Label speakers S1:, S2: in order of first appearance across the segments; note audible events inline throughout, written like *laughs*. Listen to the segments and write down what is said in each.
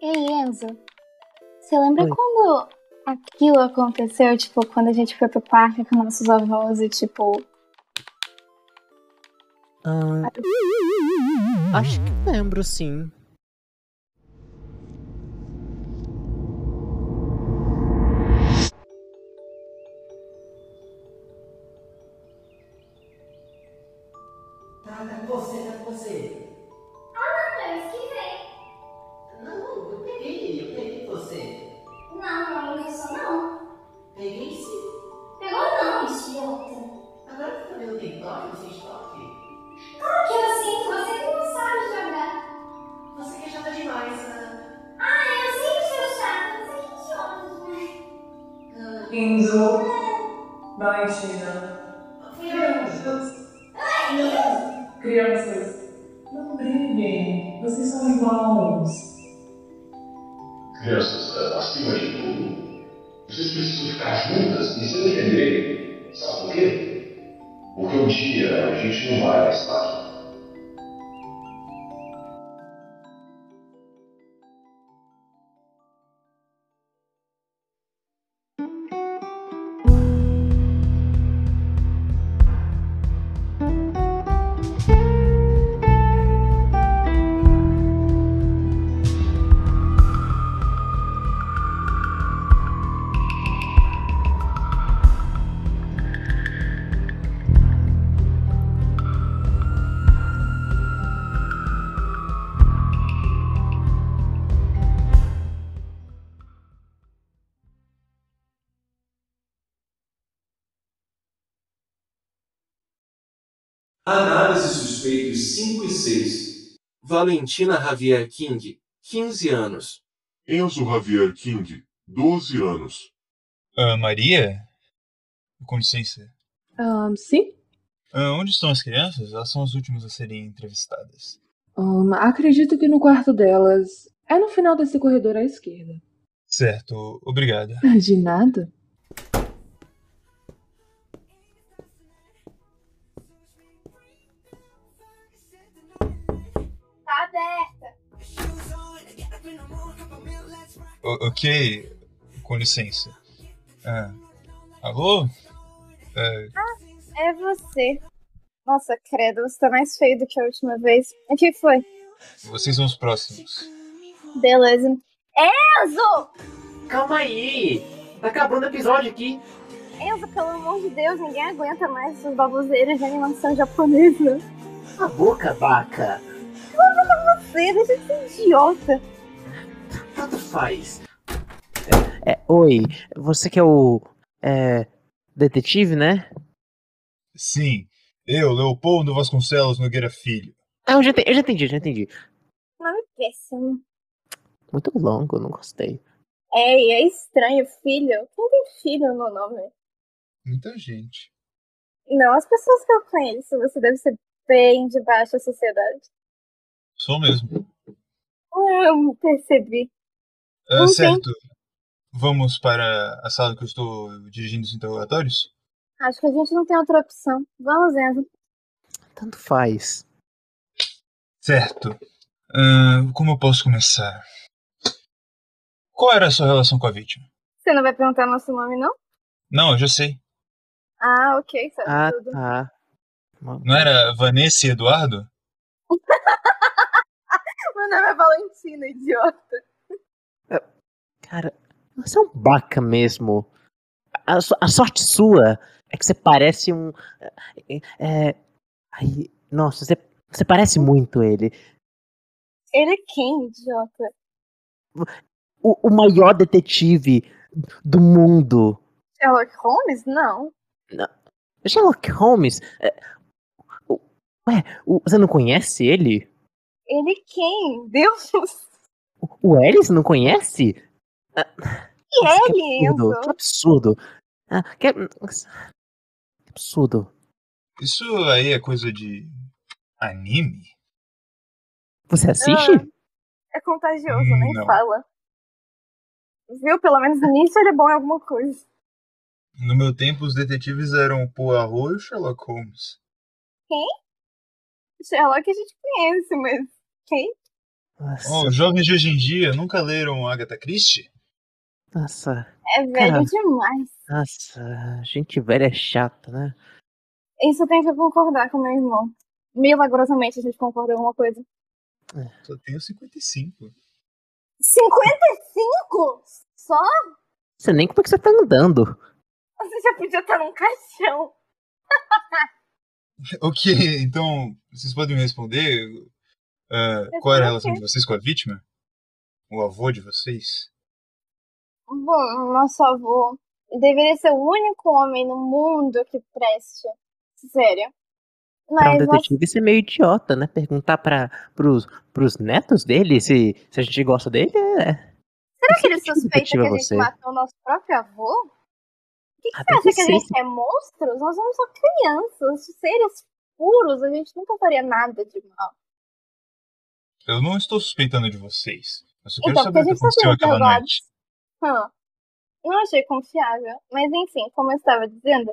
S1: Ei, Enzo, você lembra
S2: Oi.
S1: quando aquilo aconteceu? Tipo, quando a gente foi pro parque com nossos avós e, tipo,
S2: Ah, acho que lembro, sim.
S3: Tá, tá com você, tá com você.
S4: Eu esquivei.
S3: Não, eu peguei, eu peguei você.
S4: Não, não isso não.
S3: Peguei sim.
S4: Pegou não, idiota.
S3: Agora que tá vendo TikTok, você estoque.
S4: Claro que eu sinto, você que não sabe jogar.
S3: Você que é chata demais, né?
S4: Ah, eu sempre sou chata, você que é idiota demais.
S5: Enzo, Valentina, crianças, crianças, não briguem, vocês são irmãos.
S6: Crianças, eh, acima de tudo, vocês precisam ficar juntas e se defenderem. Sabe por quê? Porque um dia a gente não vai mais estar aqui.
S7: Análise suspeitos 5 e 6. Valentina Javier King, 15 anos.
S8: Enzo Javier King, 12 anos.
S9: Ah, Maria? Com licença.
S10: Ahn, sim.
S9: Ah, onde estão as crianças? Elas são as últimas a serem entrevistadas.
S10: Ahn, Hum, acredito que no quarto delas. É no final desse corredor à esquerda.
S9: Certo, obrigado.
S10: *laughs* De nada?
S4: Tá aberto.
S9: O- ok, com licença. Ah, alô? Ah,
S1: é você. Nossa, credo, você tá mais feio do que a última vez. O que foi?
S9: vocês são os próximos.
S1: Beleza. Enzo!
S3: Calma aí. Tá acabando o episódio aqui.
S1: Enzo, pelo amor de Deus, ninguém aguenta mais essas baboseiras de animação japonesa.
S3: Cala a boca, vaca.
S1: Você, deixa de ser idiota.
S3: Tanto faz.
S2: É, oi, você que é o. É, detetive, né?
S9: Sim, eu, Leopoldo Vasconcelos Nogueira Filho.
S2: Ah, eu já, te- eu já entendi, eu já entendi.
S1: Nome péssimo.
S2: Muito longo, eu não gostei.
S1: É, e é estranho, filho. Quem tem filho no nome?
S9: Muita gente.
S1: Não, as pessoas que eu conheço, você deve ser bem de baixa sociedade.
S9: Sou mesmo.
S1: Eu percebi.
S9: Ah,
S1: Ok.
S9: certo. Vamos para a sala que eu estou dirigindo os interrogatórios?
S1: Acho que a gente não tem outra opção. Vamos, Enzo.
S2: Tanto faz.
S9: Certo. Ah, como eu posso começar? Qual era a sua relação com a vítima?
S1: Você não vai perguntar nosso nome, não?
S9: Não, eu já sei.
S1: Ah, ok, sabe
S2: Ah,
S1: tudo. *laughs*
S2: tá. Uma-
S9: Não é? era Vanessa e Eduardo?
S1: Meu nome é Valentina, idiota.
S2: Cara, você é um baca mesmo. A, so- a sorte sua é que você parece um. É, é- ai, nossa, você, você parece muito ele.
S1: Ele é quem, idiota?
S2: O, o maior detetive do mundo.
S1: Sherlock Holmes? Não.
S2: Sherlock Holmes. É, o- ué, o- você não conhece ele?
S1: Ele é quem? Deus. *laughs*
S2: O, o Ellis não conhece?
S1: E
S2: Nossa,
S1: ele,
S2: que
S1: Enzo?
S2: absurdo, que absurdo. Ah, que, nossa, que absurdo.
S9: Isso aí é coisa de anime?
S2: Você assiste?
S1: É contagioso,
S2: Hum,
S1: nem
S9: Não.
S1: fala. Viu? Pelo menos no início ele é bom em alguma coisa.
S9: No meu tempo, os detetives eram Poirot e o Sherlock Holmes.
S1: Sherlock a gente conhece, mas quem?
S2: Nossa,
S9: Oh, os jovens de hoje em dia nunca leram Agatha Christie?
S2: nossa,
S1: É velho
S2: Cara.
S1: demais.
S2: nossa, gente velha é chata, né?
S1: Isso eu tenho que concordar com meu irmão. Milagrosamente a gente concorda em alguma coisa.
S9: Só tenho 55.
S1: 55? Só?
S2: Você nem como é que você tá andando.
S1: Você já podia estar num caixão.
S9: Ok, *laughs* então vocês podem me responder ah,
S1: Eu
S9: qual era
S1: sei.
S9: a relação de vocês com a vítima? O avô de vocês?
S1: Bom, nosso avô deveria ser o único homem no mundo que preste. Sério.
S2: Pra um
S1: Mas nosso
S2: detetive, isso é meio idiota, né? Perguntar pra, pros, pros netos dele se, se a gente gosta dele é.
S1: Será que ele
S2: que
S1: suspeita que
S2: justificativa
S1: a gente
S2: você?
S1: matou o nosso próprio avô? O que, que
S2: Ah,
S1: você acha
S2: deve
S1: que a
S2: ser.
S1: gente é monstros? Nós somos só crianças, seres puros, a gente nunca faria nada de mal.
S9: Eu não estou suspeitando de vocês. Eu só quero
S1: Então, porque
S9: saber
S1: a
S9: o que
S1: gente tá
S9: aconteceu
S1: sendo
S9: aquela
S1: interrogado.
S9: noite.
S1: Hã, não achei confiável. Mas enfim, como eu estava dizendo,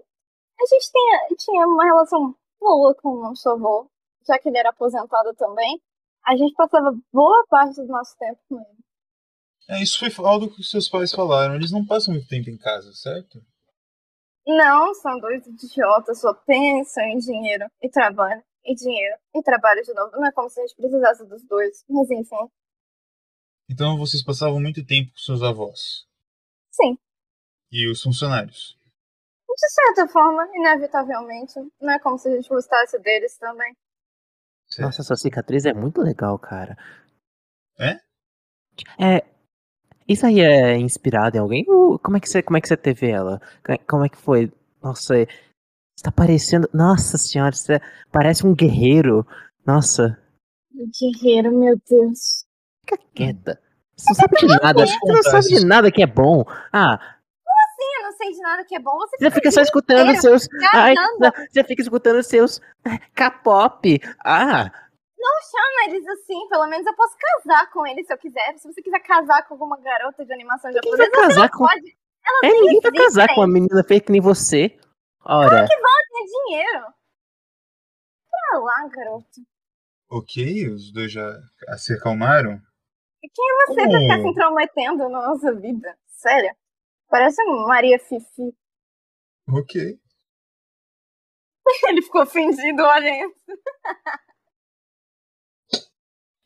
S1: a gente tinha, tinha uma relação boa com o nosso avô, já que ele era aposentado também. A gente passava boa parte do nosso tempo com ele.
S9: É, isso foi algo que os seus pais falaram. Eles não passam muito tempo em casa, certo?
S1: Não, são dois idiotas, só pensam em dinheiro e trabalho, e dinheiro e trabalho de novo. Não é como se a gente precisasse dos dois, mas enfim.
S9: Então vocês passavam muito tempo com seus avós
S1: Sim,
S9: e os funcionários.
S1: de certa forma, inevitavelmente. Não é como se a gente gostasse deles também.
S9: Certo.
S2: Nossa, sua cicatriz é muito legal, cara.
S9: É?
S2: É. Isso aí é inspirado em alguém? Ou como é que você, como é que você teve ela? Como é- Como é que foi? Nossa, você tá parecendo. Nossa senhora, você parece um guerreiro. Nossa,
S1: Guerreiro, meu Deus.
S2: fica quieta. Você não sabe de nada.
S9: posso
S2: Você não
S9: contar
S2: sabe de
S9: essas-
S2: nada que é bom. Ah,
S1: Sim, eu não sei de nada que é bom. Você
S2: Você fica só escutando
S1: inteiro
S2: os seus. Ai, tá.
S1: cagando.
S2: você fica escutando os seus é, K-pop. Ah,
S1: não chama eles assim. Pelo menos eu posso casar com eles se eu quiser. Se você quiser casar com alguma garota de animação
S2: Quem
S1: japonesa,
S2: vai
S1: você não
S2: casar com-
S1: pode. Ela
S2: é,
S1: nem
S2: ninguém vai
S1: existe,
S2: casar com uma
S1: né?
S2: menina feia que nem você. Ora,
S1: Tem dinheiro. Pra lá, garoto.
S9: Ok, os dois já se acalmaram.
S1: Você vai
S2: é?
S1: ficar se
S9: Como-
S1: intrometendo na nossa vida. Sério. Parece um Maria Fifi. *laughs*
S9: Ok.
S1: Ele ficou ofendido, olha isso.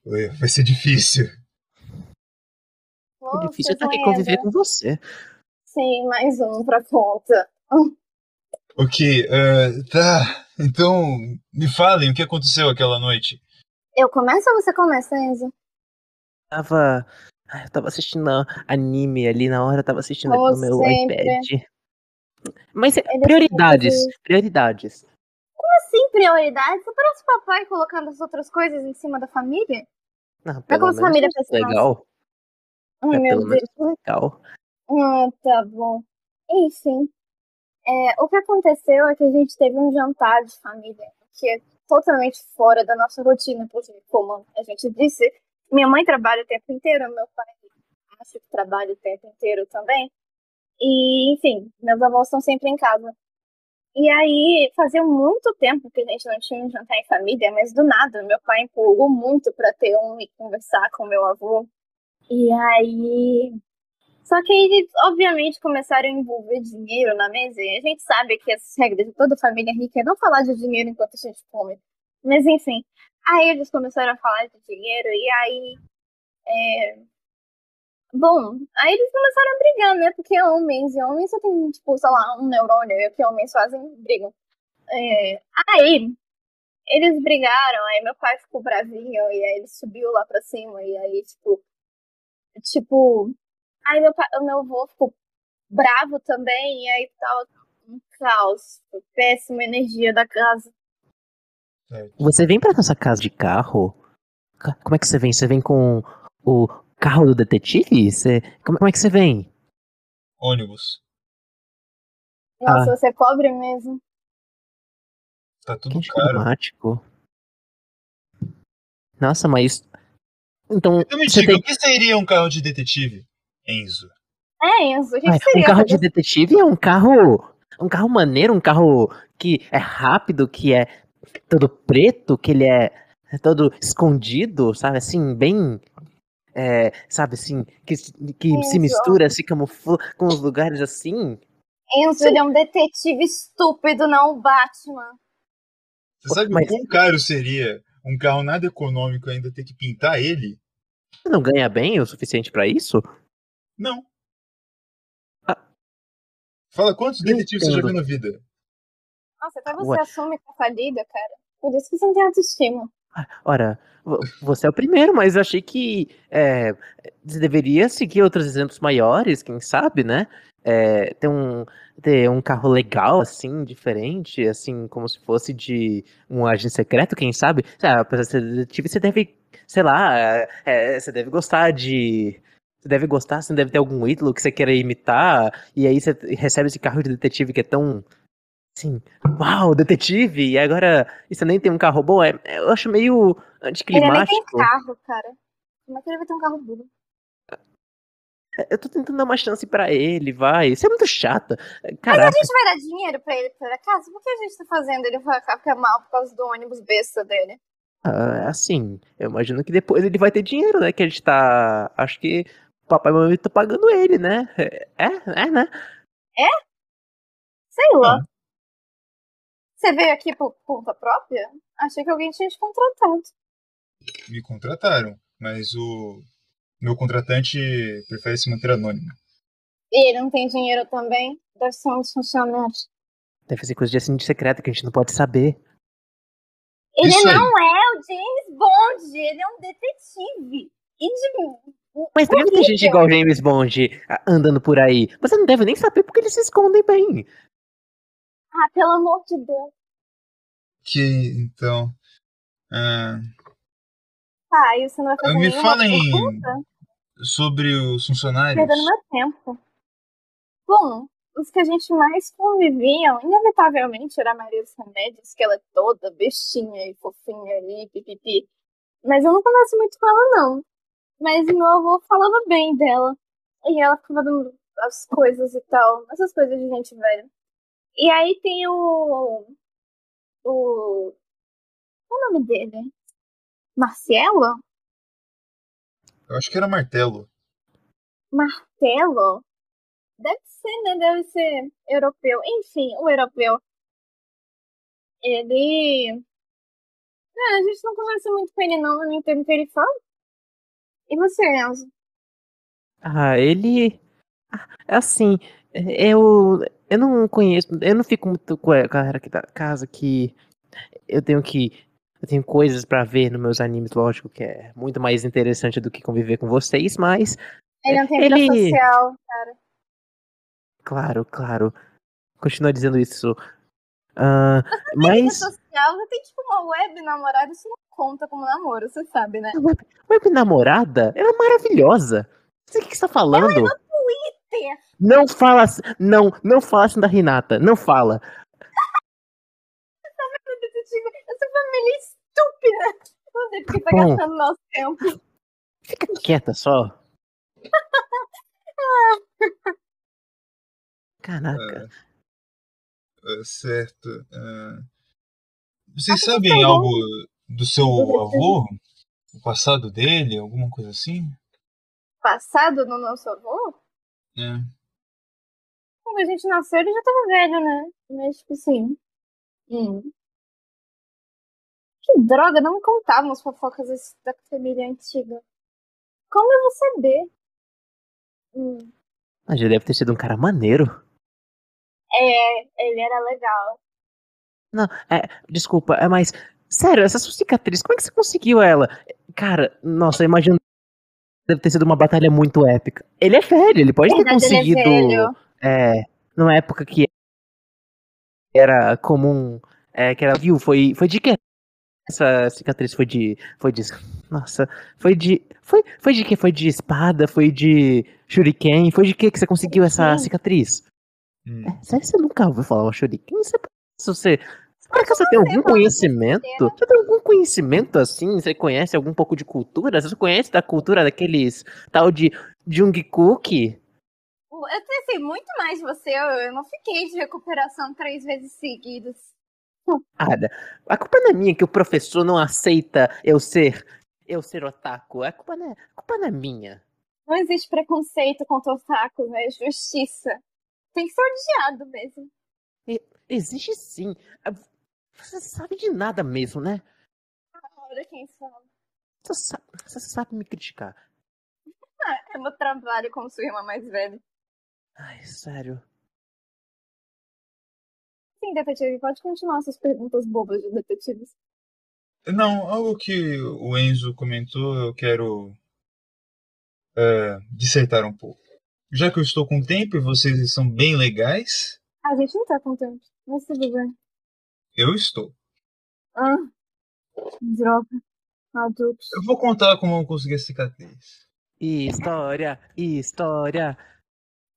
S9: Ui, Vai ser difícil.
S2: é difícil
S1: Nossa,
S2: eu ter que
S1: Zoeda.
S2: conviver com você.
S1: Sim, mais um pra conta.
S9: Ok, eh, tá. Então, me falem o que aconteceu aquela noite.
S1: Eu começo ou você começa, Enzo?
S2: Eu tava. ai, Eu tava assistindo anime ali na hora, eu tava assistindo
S1: Como
S2: ali no meu
S1: sempre.
S2: iPad. Mas é,
S1: Ele
S2: prioridades,
S1: sempre
S2: prioridades.
S1: Assim, prioridades? Você parece o papai colocando as outras coisas em cima da família?
S2: Não,
S1: como
S2: pelo
S1: se a
S2: menos
S1: família
S2: isso é
S1: precisasse.
S2: legal.
S1: Ai,
S2: É,
S1: meu
S2: pelo
S1: Deus.
S2: menos isso é legal.
S1: Ah, tá bom. Enfim, é, o que aconteceu é que a gente teve um jantar de família, que é totalmente fora da nossa rotina, porque, como a gente disse, minha mãe trabalha o tempo inteiro, meu pai acho que trabalha o tempo inteiro também. E, enfim, meus avós estão sempre em casa. E aí, fazia muito tempo que a gente não tinha um jantar em família, mas do nada, meu pai empurrou muito para ter um e conversar com meu avô. E aí, só que eles, obviamente, começaram a envolver dinheiro na mesa, e a gente sabe que essas regras de toda família rica é não falar de dinheiro enquanto a gente come. Mas, enfim, aí eles começaram a falar de dinheiro, e aí. é, Bom, aí eles começaram a brigar, né? Porque homens e homens só tem, tipo, sei lá, um neurônio, e o que homens fazem, brigam. É, Aí, eles brigaram, aí meu pai ficou bravinho, e aí ele subiu lá pra cima, e aí, tipo. Tipo, Aí meu, pa- o meu avô ficou bravo também, e aí tava um caos, foi péssima energia da casa.
S2: Você vem pra nossa casa de carro? Ca- Como é que você vem? Você vem com o carro do detetive? Você... Como como é que você vem?
S9: Ônibus.
S1: Nossa,
S2: Ah.
S1: você é pobre mesmo.
S9: Tá tudo
S2: Que
S9: caro.
S2: automático. Nossa, mas. Então,
S9: Então me
S2: você
S9: diga,
S2: tem.
S9: o que seria um carro de detetive, Enzo?
S1: É, Enzo, o que, que
S2: Ai, um
S1: seria?
S2: carro
S1: essa
S2: de detetive é um carro. Um carro maneiro, um carro que é rápido, que é todo preto, que ele é. todo escondido, sabe? Assim, bem. é, sabe assim, que, que se
S1: Enzo.
S2: mistura, se camufla com os lugares assim.
S1: Enzo, ele é um detetive estúpido, não o Batman.
S9: Você sabe
S2: Mas-
S9: o quão caro seria um carro nada econômico ainda ter que pintar ele?
S2: Você não ganha bem o suficiente pra isso?
S9: Não.
S2: Ah.
S9: Fala quantos detetives você já
S2: Entendo.
S9: viu na vida?
S1: Nossa, até você
S2: Ué.
S1: assume que é falida, cara. Por isso que você não tem autoestima.
S2: Ah, Ora, vo- você é o primeiro, mas eu achei que é, você deveria seguir outros exemplos maiores, quem sabe, né? É, ter, um, ter um carro legal, assim, diferente, assim, como se fosse de um agente secreto, quem sabe? Ah, apesar de ser detetive, você deve, sei lá, é, é, você deve gostar de. Você deve gostar, você deve ter algum ídolo que você queira imitar, e aí você recebe esse carro de detetive que é tão. Assim, uau, detetive! E agora, e você nem tem um carro bom? É, eu acho meio
S1: Ele nem tem
S2: anticlimático.
S1: carro, cara. Como é que ele vai ter um carro burro?
S2: Eu tô tentando dar uma chance pra ele, vai. Isso é muito chata. Caraca,
S1: A gente vai dar dinheiro pra ele, por acaso? Por que a gente tá fazendo ele ficar ficar mal por causa do ônibus besta dele?
S2: ah, assim, eu imagino que depois ele vai ter dinheiro, né? Que a gente tá. Acho que papai e mamãe tá pagando ele, né? É, é, né?
S1: Sei lá.
S9: Não.
S1: Você veio aqui por conta própria? Achei que alguém tinha te contratado.
S9: Me contrataram, mas o meu contratante prefere se manter anônimo.
S1: E ele não tem dinheiro também? Deve ser um dos funcionários.
S2: Deve ser coisa de assim de secreto que a gente não pode saber.
S1: Ele
S9: Isso aí.
S1: não é o James Bond, ele é um detetive. E de
S2: Mas deve ter gente
S1: Horrível.
S2: igual James Bond ah, andando por aí. Você não deve nem saber porque eles se escondem bem.
S1: Ah, pelo amor de Deus.
S9: Que então. ah,
S1: Tá, e você não vai fazer
S9: me
S1: nenhuma
S9: falem
S1: pergunta?
S9: sobre os funcionários.
S1: perdendo meu tempo. Bom, os que a gente mais conviviam, inevitavelmente, era a Maria dos Remédios, que ela é toda bestinha e fofinha ali, pipipi. Mas eu não converso muito com ela, não. Mas meu avô falava bem dela. E ela ficava dando as coisas e tal, essas coisas de gente velha. E aí tem o. O. Qual é o nome dele? Marcelo?
S9: Eu acho que era martelo.
S1: Martelo? Deve ser, né? Deve ser europeu. Enfim, o europeu. Ele. É, a gente não conversa muito com ele, não. Eu não entendo o que ele fala. E você, Enzo?
S2: Ah, ele. Ah, Assim, eh, eu. Eu não conheço. Eu não fico muito com a galera aqui da casa que. Eu tenho que. Eu tenho coisas pra ver nos meus animes, lógico, que é muito mais interessante do que conviver com vocês, mas.
S1: Ele não tem
S2: Ele- é
S1: vida social.
S2: Claro, claro. Continua dizendo isso. Ah, mas.
S1: Vida social, você tem tipo uma web namorada, isso não conta como namoro, você sabe, né?
S2: Web namorada, ela é maravilhosa. Não sei o que que você tá falando.
S1: Twitter.
S2: Não fala assim. Não, não fala assim da Renata. Não fala.
S1: Detetive, Essa família é estúpida. Não sei porque tá
S2: Bom.
S1: gastando nosso tempo.
S2: Fica quieta só.
S1: Ah,
S2: Caraca.
S9: Ah, certo. ah. vocês
S1: Nossa,
S9: sabem
S1: que
S9: algo do seu
S1: Detetive.
S9: avô? O passado dele? Alguma coisa assim?
S1: Passado no nosso avô?
S9: É.
S1: Quando a gente nasceu, ele já tava velho, né? Mas, tipo assim. hum. Que droga, não me contavam as fofocas desse- da família antiga. Como eu vou saber? Hum,
S2: Mas ele deve ter sido um cara maneiro.
S1: É, ele era legal.
S2: Não, é, desculpa, é mas. Sério, essa sua cicatriz, como é que você conseguiu ela? Cara, nossa, eu imagino. Deve ter sido uma batalha muito épica. Ele é velho, ele pode ter
S1: Verdade, ele
S2: conseguido.
S1: é velho.
S2: é, numa época que era comum, é, que era viu, foi, foi de que essa cicatriz foi de, foi de, nossa, foi de, foi, foi de que? Foi de espada, foi de shuriken, foi de que que você conseguiu essa
S1: Shuriken?
S2: cicatriz?
S9: Hum.
S2: É, sério, você nunca ouviu falar o shuriken? Você, você, será que você
S1: sei
S2: tem algum
S1: falar
S2: conhecimento?
S1: besteira.
S2: Você tem algum conhecimento, assim? Você conhece algum pouco de cultura? Você conhece da cultura daqueles tal de Jungkook?
S1: Eu pensei muito mais de você, eu eu não fiquei de recuperação três vezes seguidas.
S2: Nada. A culpa não é minha que o professor não aceita eu ser eu ser otaku. A culpa não é, a culpa não é minha.
S1: Não existe preconceito contra otakus, né? Justiça. Tem que ser odiado mesmo.
S2: Existe sim. Ah, Você sabe de nada mesmo, né?
S1: Olha quem fala.
S2: Você sabe, você sabe me criticar.
S1: Ah, é meu trabalho como sua irmã mais velha.
S2: Ai, sério.
S1: Sim, detetive, pode continuar suas perguntas bobas de detetives.
S9: Não, algo que o Enzo comentou, eu quero é, dissertar um pouco. Já que eu estou com tempo e vocês são bem legais,
S1: A gente não tá contando. Mas tudo bem.
S9: eu estou.
S1: Ah, droga. Adultos.
S9: Eu vou contar como eu consegui a cicatriz.
S2: História, história.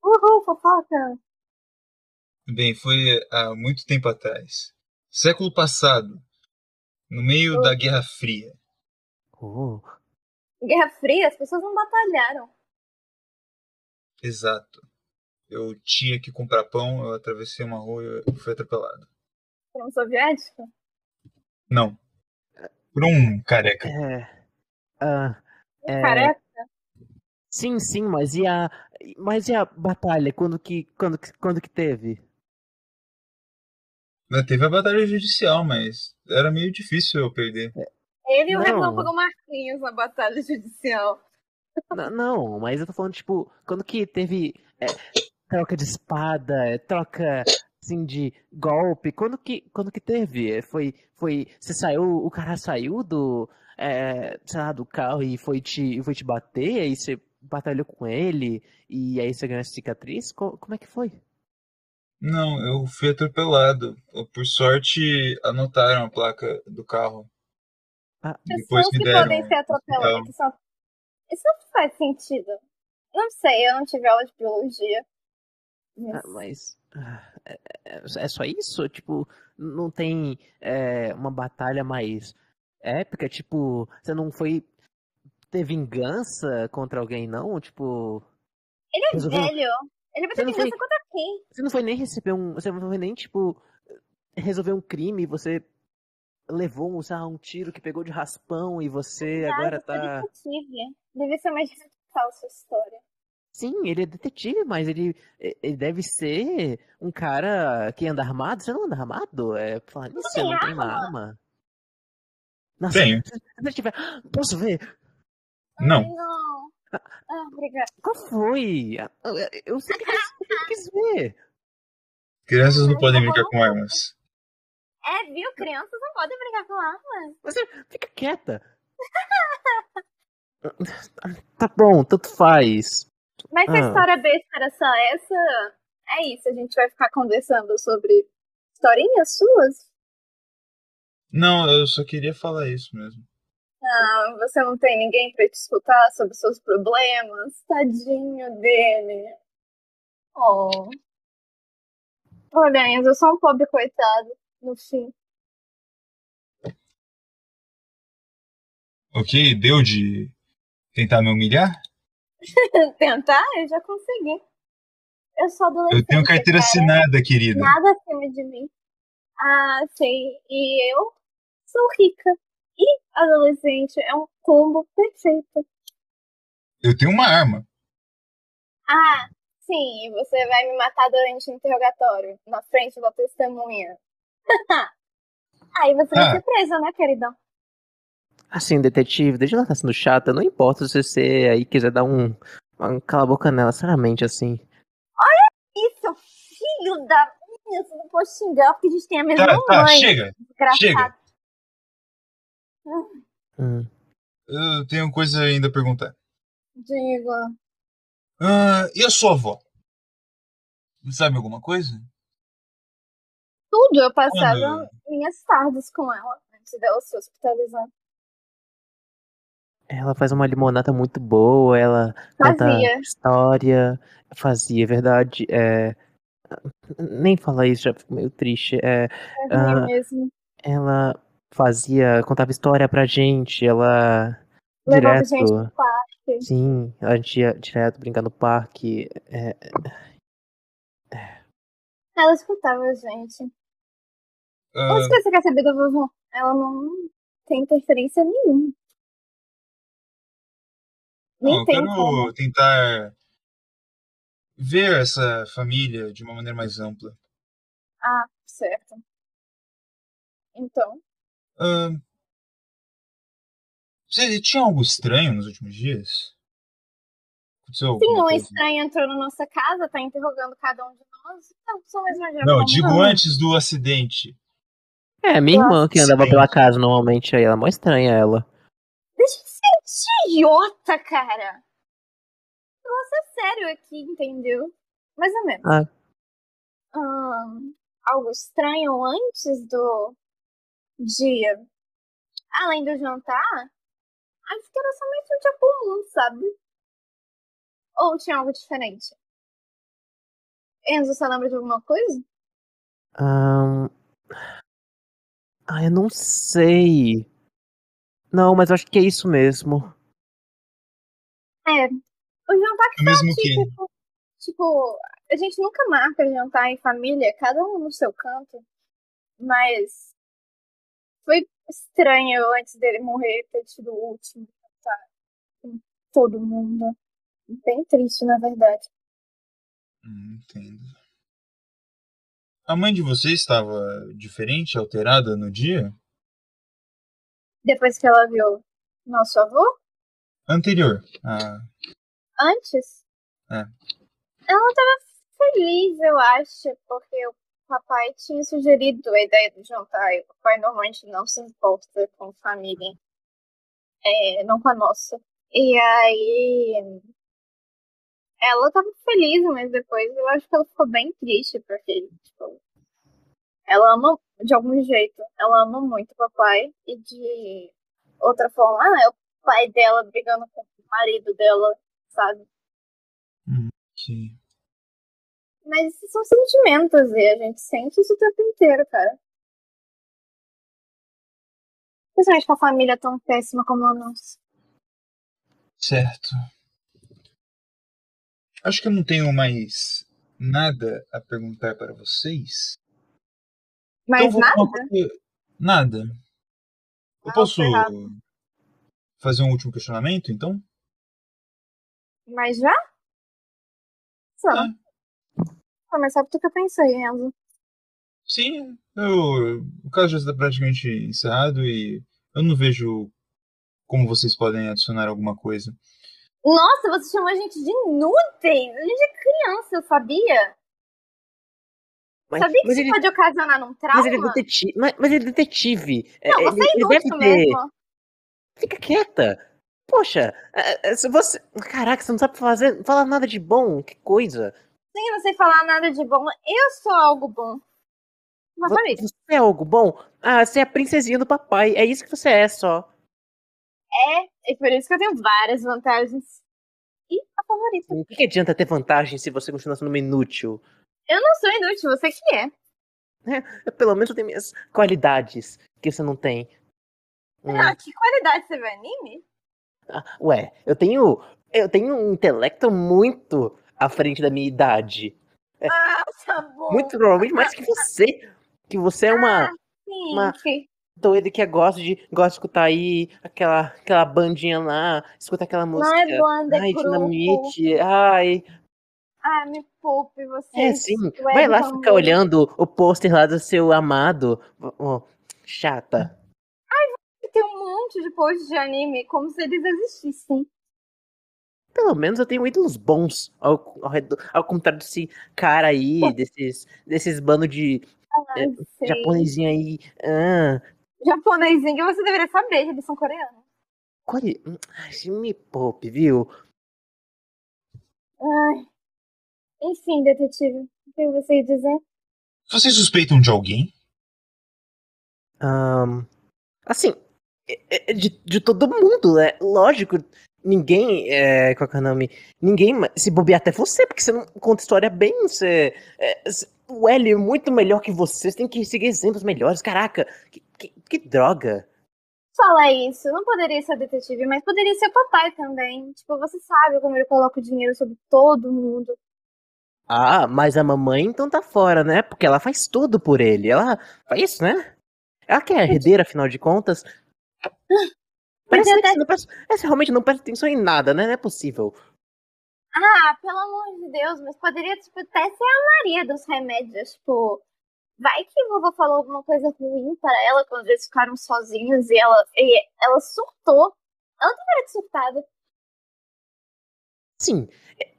S1: Uhul, fofoca!
S9: Bem, foi há muito tempo atrás. Século passado. No meio da Guerra Fria.
S2: Oh,
S1: Guerra Fria, as pessoas não batalharam.
S9: Exato. Eu tinha que comprar pão, eu atravessei uma rua e eu fui atropelado.
S1: Como soviética?
S9: Não. Por um careca.
S2: é. Ah, é.
S1: Careca?
S2: Sim, sim, mas e a. Mas e a batalha? Quando que. Quando que, quando que teve?
S9: Mas Teve a batalha judicial, mas era meio difícil eu perder.
S1: Ele e o
S2: Não.
S1: Relâmpago um Marquinhos na batalha judicial.
S2: N- não, mas eu tô falando, tipo, quando que teve é, troca de espada, é, troca assim de golpe? Quando que, quando que teve? É, Foi, foi, você saiu, o cara saiu do, é, sei lá, do carro e foi te, foi te bater, aí você batalhou com ele e aí você ganhou a cicatriz? Co- como é que foi?
S9: Não, eu fui atropelado. Por sorte, anotaram a placa do carro.
S2: Ah.
S9: Depois
S1: Pessoas
S9: me
S1: que
S9: deram. então.
S1: podem ser atropeladas. Só... Isso não faz sentido. Não sei, eu não tive aula de biologia.
S2: Ah,
S1: Mas...
S2: mas ah, é, é- é só isso? Tipo, não tem é, uma batalha mais épica? Tipo, você não foi ter vingança contra alguém, não? Tipo,
S1: Ele é
S2: Resolveu-
S1: velho. Ele vai
S2: Você
S1: ter
S2: não
S1: vingança
S2: foi-
S1: contra quem?
S2: você não foi nem receber um. Você não foi nem, tipo, resolver um crime, você levou um, sei lá, um tiro que pegou de raspão e você agora
S1: eu sou
S2: tá.
S1: detetive. Devia ser mais radical sua história.
S2: Sim, ele é detetive, mas ele, ele deve ser um cara que anda armado. Você não anda armado? É, por falar nisso, você
S1: tem
S2: não tem uma arma? Nossa,
S9: Tenho.
S2: se você tiver. *gasps* Posso ver?
S9: Não.
S1: Ai, não. Ah, obrigada.
S2: Qual foi? Ah, Eu sempre quis, eu sempre quis ver.
S9: Crianças não podem brincar com armas.
S1: É, viu? Crianças não podem brigar com armas.
S2: Você fica quieta. *laughs* Tá bom, tanto faz.
S1: Mas se a
S2: Ah.
S1: história besta era só essa, é isso. A gente vai ficar conversando sobre historinhas suas?
S9: Não, eu só queria falar isso mesmo.
S1: Não, você não tem ninguém pra te escutar sobre seus problemas. Tadinho dele. Oh. Olha, Enzo, eu sou um pobre coitado, no fim.
S9: Ok, deu de tentar me humilhar?
S1: *laughs* Tentar, eu já consegui. Eu sou adolescente.
S9: Eu tenho carteira
S1: cara.
S9: assinada, querida.
S1: Nada acima de mim. Ah, sei. E eu sou rica. E adolescente é um combo perfeito.
S9: Eu tenho uma arma.
S1: Ah, sim, e você vai me matar durante o interrogatório, na frente da testemunha. *laughs* Aí você vai
S9: Ah.
S1: ser preso, né, queridão?
S2: Assim, detetive, desde ela tá sendo chata, não importa se você aí quiser dar um. um cala a boca nela, sinceramente, assim.
S1: Ih, seu filho da minha, você não pode xingar porque a gente tem a mesma
S9: Tá, tá,
S1: mãe.
S9: chega,
S1: desgraçado.
S9: chega.
S2: Hum.
S9: Eu tenho coisa ainda a perguntar.
S1: Diga.
S9: Ah, e a sua avó? Sabe alguma coisa?
S1: Tudo eu passava
S9: Quando?
S1: minhas tardes com ela, né, antes dela se hospitalizar.
S2: Ela faz uma limonada muito boa, ela conta
S1: Fazia.
S2: história, fazia, é verdade. É... Nem falar isso, já fico meio triste. É,
S1: É ruim
S2: Ah.
S1: mesmo.
S2: ela fazia, contava história pra gente, ela
S1: Levava
S2: direto.
S1: gente pro parque.
S2: Sim, a gente ia direto brincar no parque. é,
S1: Ela escutava a gente.
S9: Ah,
S1: Onde que você quer saber da vovó? Ela não tem interferência nenhuma. Nem né?
S9: não, eu
S1: tem
S9: quero
S1: como.
S9: tentar ver essa família de uma maneira mais ampla.
S1: Ah, certo. Então,
S9: Ah, você tinha algo estranho nos últimos dias? Aconteceu
S1: sim,
S9: alguma
S1: uma
S9: coisa?
S1: estranha entrou um na nossa casa, tá interrogando cada um de nós. Não, só mais uma
S9: Não,
S1: geração.
S9: digo
S1: Não,
S9: antes do acidente.
S2: É, minha irmã que andava
S9: Sim.
S2: pela casa normalmente aí, ela é mó estranha ela.
S1: Deixa de ser idiota, cara. Nossa, é sério aqui, entendeu? Mais ou menos.
S2: Ah.
S1: Ahn, algo estranho antes do dia. Além do jantar, acho que era somente um dia comum, sabe? Ou tinha algo diferente? Enzo, você lembra de alguma coisa?
S2: Ahn. Ah, eu não sei. Não, mas eu acho que é isso mesmo.
S1: É. O jantar
S9: O É mesmo que.
S1: Tipo, tipo, a gente nunca marca jantar em família, cada um no seu canto. Mas foi estranho antes dele morrer ter tido o último jantar com todo mundo. Bem triste, na verdade.
S9: Hum, Entendo. A mãe de você estava diferente, alterada no dia
S1: Depois que ela viu nosso avô,
S9: anterior. Ah,
S1: antes,
S9: É.
S1: ela tava feliz, eu acho, porque o papai tinha sugerido a ideia do jantar. E o papai normalmente não se importa com família, é, não com a nossa. E aí. Ela tava feliz, mas depois eu acho que ela ficou bem triste, porque, tipo. Ela ama, de algum jeito, ela ama muito o papai. E de outra forma, ah, é o pai dela brigando com o marido dela, sabe?
S9: que...
S1: Mas esses são sentimentos e a gente sente isso o tempo inteiro, cara. Principalmente com a família tão péssima como a nossa.
S9: Certo. Acho que eu não tenho mais nada a perguntar para vocês. Então
S1: Mas
S2: Então
S9: eu vou
S1: nada?
S9: com uma coisa- Nada. Eu
S1: Ah,
S9: posso
S1: foi
S9: fazer um último questionamento, então?
S1: Mas já? Só.
S9: Ah.
S1: Ah, mas sabe o que eu pensei, Enzo?
S9: Sim, eu- o caso já está praticamente encerrado e eu não vejo como vocês podem adicionar alguma coisa.
S1: Nossa, você chamou a gente de nuvem! A gente é criança, sabia?
S2: Mas,
S1: sabia que
S2: mas
S1: isso
S2: ele,
S1: pode ocasionar um trauma?
S2: mas ele é detetive. Mas, mas ele é detetive. É,
S1: Não, você
S2: ele,
S1: é
S2: ele deve
S1: inútil
S2: ter.
S1: mesmo.
S2: Fica quieta. Poxa, é, é, se você. Caraca, você não sabe fazer. Falar nada de bom, que coisa.
S1: Sim, eu não sei falar nada de bom. Eu sou algo bom. Mas
S2: Vo-
S1: família.
S2: Você é algo bom? Ah, você é a princesinha do papai. É isso que você é só.
S1: É por isso que eu tenho várias vantagens. E a favorita.
S2: O que, que adianta ter vantagem se você continua sendo uma inútil?
S1: Eu não sou inútil, você que é.
S2: Eu, pelo menos eu tenho minhas qualidades que você não tem.
S1: *laughs*
S2: Hum,
S1: Ah, que qualidade você vê anime?
S2: ah, ué, eu tenho. Eu tenho um intelecto muito à frente da minha idade.
S1: Ah, tá bom. Ah,
S2: Muito provavelmente mais que você. Que você é uma.
S1: Sim,
S2: uma-
S1: que-
S2: doido que gosta de, gosta de escutar aí aquela, aquela bandinha lá, escuta aquela
S1: Não é
S2: música.
S1: banda, é
S2: Ai,
S1: grupo.
S2: Dinamite, ai.
S1: Ah, me poupe você.
S2: É sim, vai lá
S1: então.
S2: ficar olhando o pôster lá do seu amado. Ô, chata.
S1: Tem um monte de posts de anime, como se eles existissem.
S2: Pelo menos eu tenho ídolos bons ao, ao, redor- ao contrário desse cara aí, desses, desses bando de
S1: Ai,
S2: É,
S1: sei.
S2: japonesinho aí. Ah,
S1: Japonesinho que você deveria saber, eles são coreanos.
S2: qual é? Hum, ai, me poupe, viu?
S1: Ai. Enfim, detetive, o que você ia dizer?
S9: Vocês suspeitam de alguém?
S2: Ahn, assim, é- é- é de, de todo mundo, né? Lógico, ninguém. É, qual que é o nome? Ninguém. ma- Se bobear até você, porque você não conta história bem. Você, é, s- o L é muito melhor que você, você tem que seguir exemplos melhores. Caraca, que, que, que droga.
S1: falar isso. Não poderia ser detetive, mas poderia ser o papai também. Tipo, você sabe como ele coloca o dinheiro sobre todo mundo.
S2: Ah, mas a mamãe então tá fora, né? Porque ela faz tudo por ele. Ela faz isso, né? Ela que é herdeira, afinal de contas.
S1: Mas
S2: Parece
S1: eu
S2: que
S1: até-
S2: você não presta- essa realmente não presta atenção em nada, né? Não é possível.
S1: Ah, pelo amor de Deus, mas poderia, tipo, até ser a Maria dos remédios. Tipo, vai que a vovó falou alguma coisa ruim para ela quando eles ficaram sozinhos e ela, e ela surtou. Ela não era de surtada.
S2: Sim,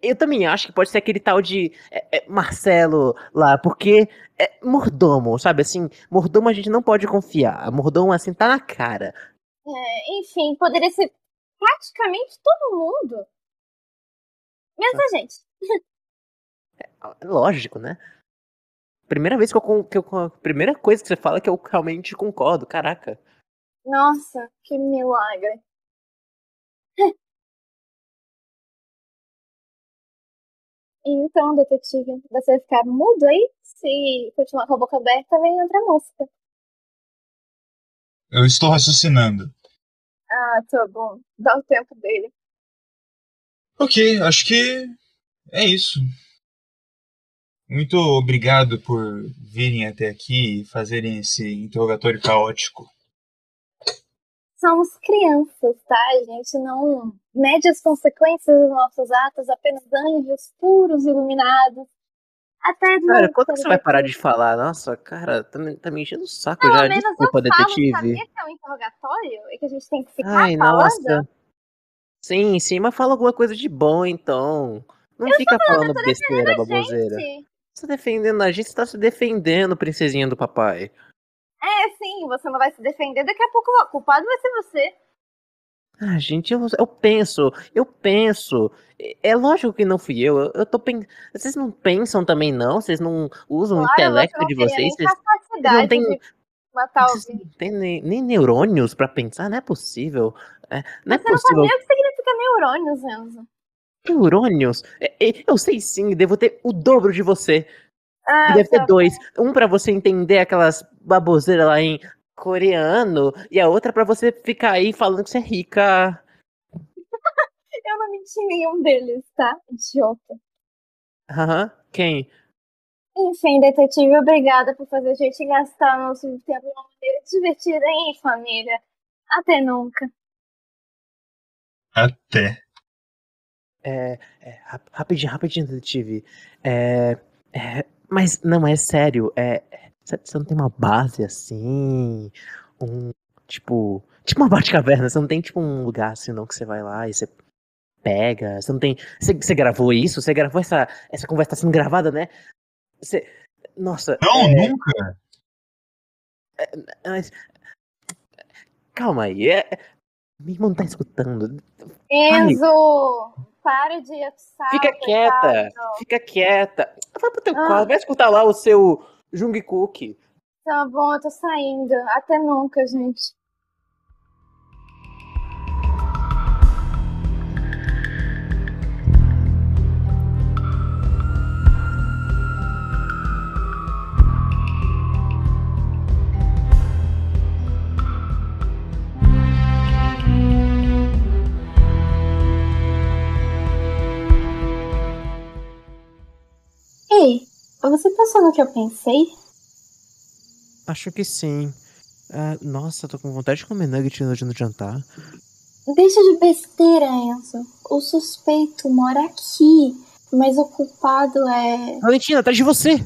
S2: eu também acho que pode ser aquele tal de é, é, Marcelo lá, porque é mordomo, sabe? Assim, mordomo a gente não pode confiar. Mordomo, assim, tá na cara.
S1: É, enfim, poderia ser praticamente todo mundo. Menos a gente.
S2: Lógico, né? Primeira vez que eu, con- que eu. con- Primeira coisa que você fala que eu realmente concordo, caraca.
S1: Nossa, que milagre. *laughs* Então, detetive, você vai ficar mudo aí? Se continuar com a boca aberta, vem outra música.
S9: Eu estou raciocinando.
S1: Ah, tá bom. Dá o tempo dele.
S9: Ok, acho que é isso. Muito obrigado por virem até aqui e fazerem esse interrogatório caótico.
S1: Somos crianças, tá? A gente não mede as consequências dos nossos atos, apenas anjos puros, iluminados. Até
S2: Cara,
S1: nunca,
S2: quando que você vai parar
S1: detetive.
S2: de falar? Nossa, cara, tá me, tá me enchendo o saco
S1: Pelo
S2: já.
S1: menos eu
S2: Desculpa,
S1: falo,
S2: detetive.
S1: sabia que é um interrogatório? E que a gente tem que ficar
S2: Ai,
S1: falando?
S2: nossa. Sim, sim, mas fala alguma coisa de bom, então. Não fica falando besteira, baboseira.
S1: Gente,
S2: Você tá defendendo a gente, você tá se defendendo, princesinha do papai.
S1: é sim, você não vai se defender, daqui a pouco o culpado vai ser você.
S2: Ah, gente, eu, eu penso, eu penso. É- É lógico que não fui eu. Eu, eu tô pensando. Vocês não pensam também, não? Vocês não usam o
S1: Claro, você
S2: Um intelecto
S1: não
S2: de
S1: teria
S2: vocês?
S1: nem
S2: Vocês, vocês
S1: capacidade
S2: não têm.
S1: de matar
S2: Vocês
S1: alguém.
S2: não têm nem, nem neurônios pra pensar? Não é possível. É, não é
S1: Você não
S2: possível.
S1: sabia o que significa neurônios, Enzo.
S2: Neurônios? É, é, Eu sei sim, devo ter o dobro de você.
S1: Ah,
S2: Que deve ter
S1: tá.
S2: dois. Um pra você entender aquelas baboseiras lá em coreano e a outra pra você ficar aí falando que você é rica.
S1: eu não menti em nenhum deles, tá? Idiota.
S2: Aham. Quem?
S1: Enfim, detetive, obrigada por fazer a gente gastar o nosso tempo de uma maneira divertida, hein, família? Até nunca.
S9: Até.
S2: É, é, rap- rapidinho, rapidinho, detetive. É, é, mas não, é sério. É, é, você você não tem uma base assim? Um. Tipo. Tipo uma *laughs* bate-caverna. Você não tem tipo um lugar assim não que você vai lá e você pega. Você não tem. Você, você gravou isso? Você gravou essa. Essa conversa tá sendo gravada, né? Você. Nossa.
S9: Não,
S2: é,
S9: nunca.
S2: mas- calma aí. É, é, minha irmã não tá escutando.
S1: Enzo, para de tá? abusar,
S2: Fica quieta.
S1: coitado.
S2: Fica quieta. Vai pro teu
S1: Ah.
S2: quarto. Vai escutar lá o seu Jungkook.
S1: Tá bom, eu tô saindo. Até nunca, gente. Ei, você pensou no que eu pensei?
S2: Acho que sim. Ah, nossa, tô com vontade de comer nugget hoje no jantar.
S1: Deixa de besteira, Enzo. O suspeito mora aqui, mas o culpado é.
S2: Valentina, atrás de você!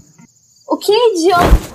S1: O que, idiota?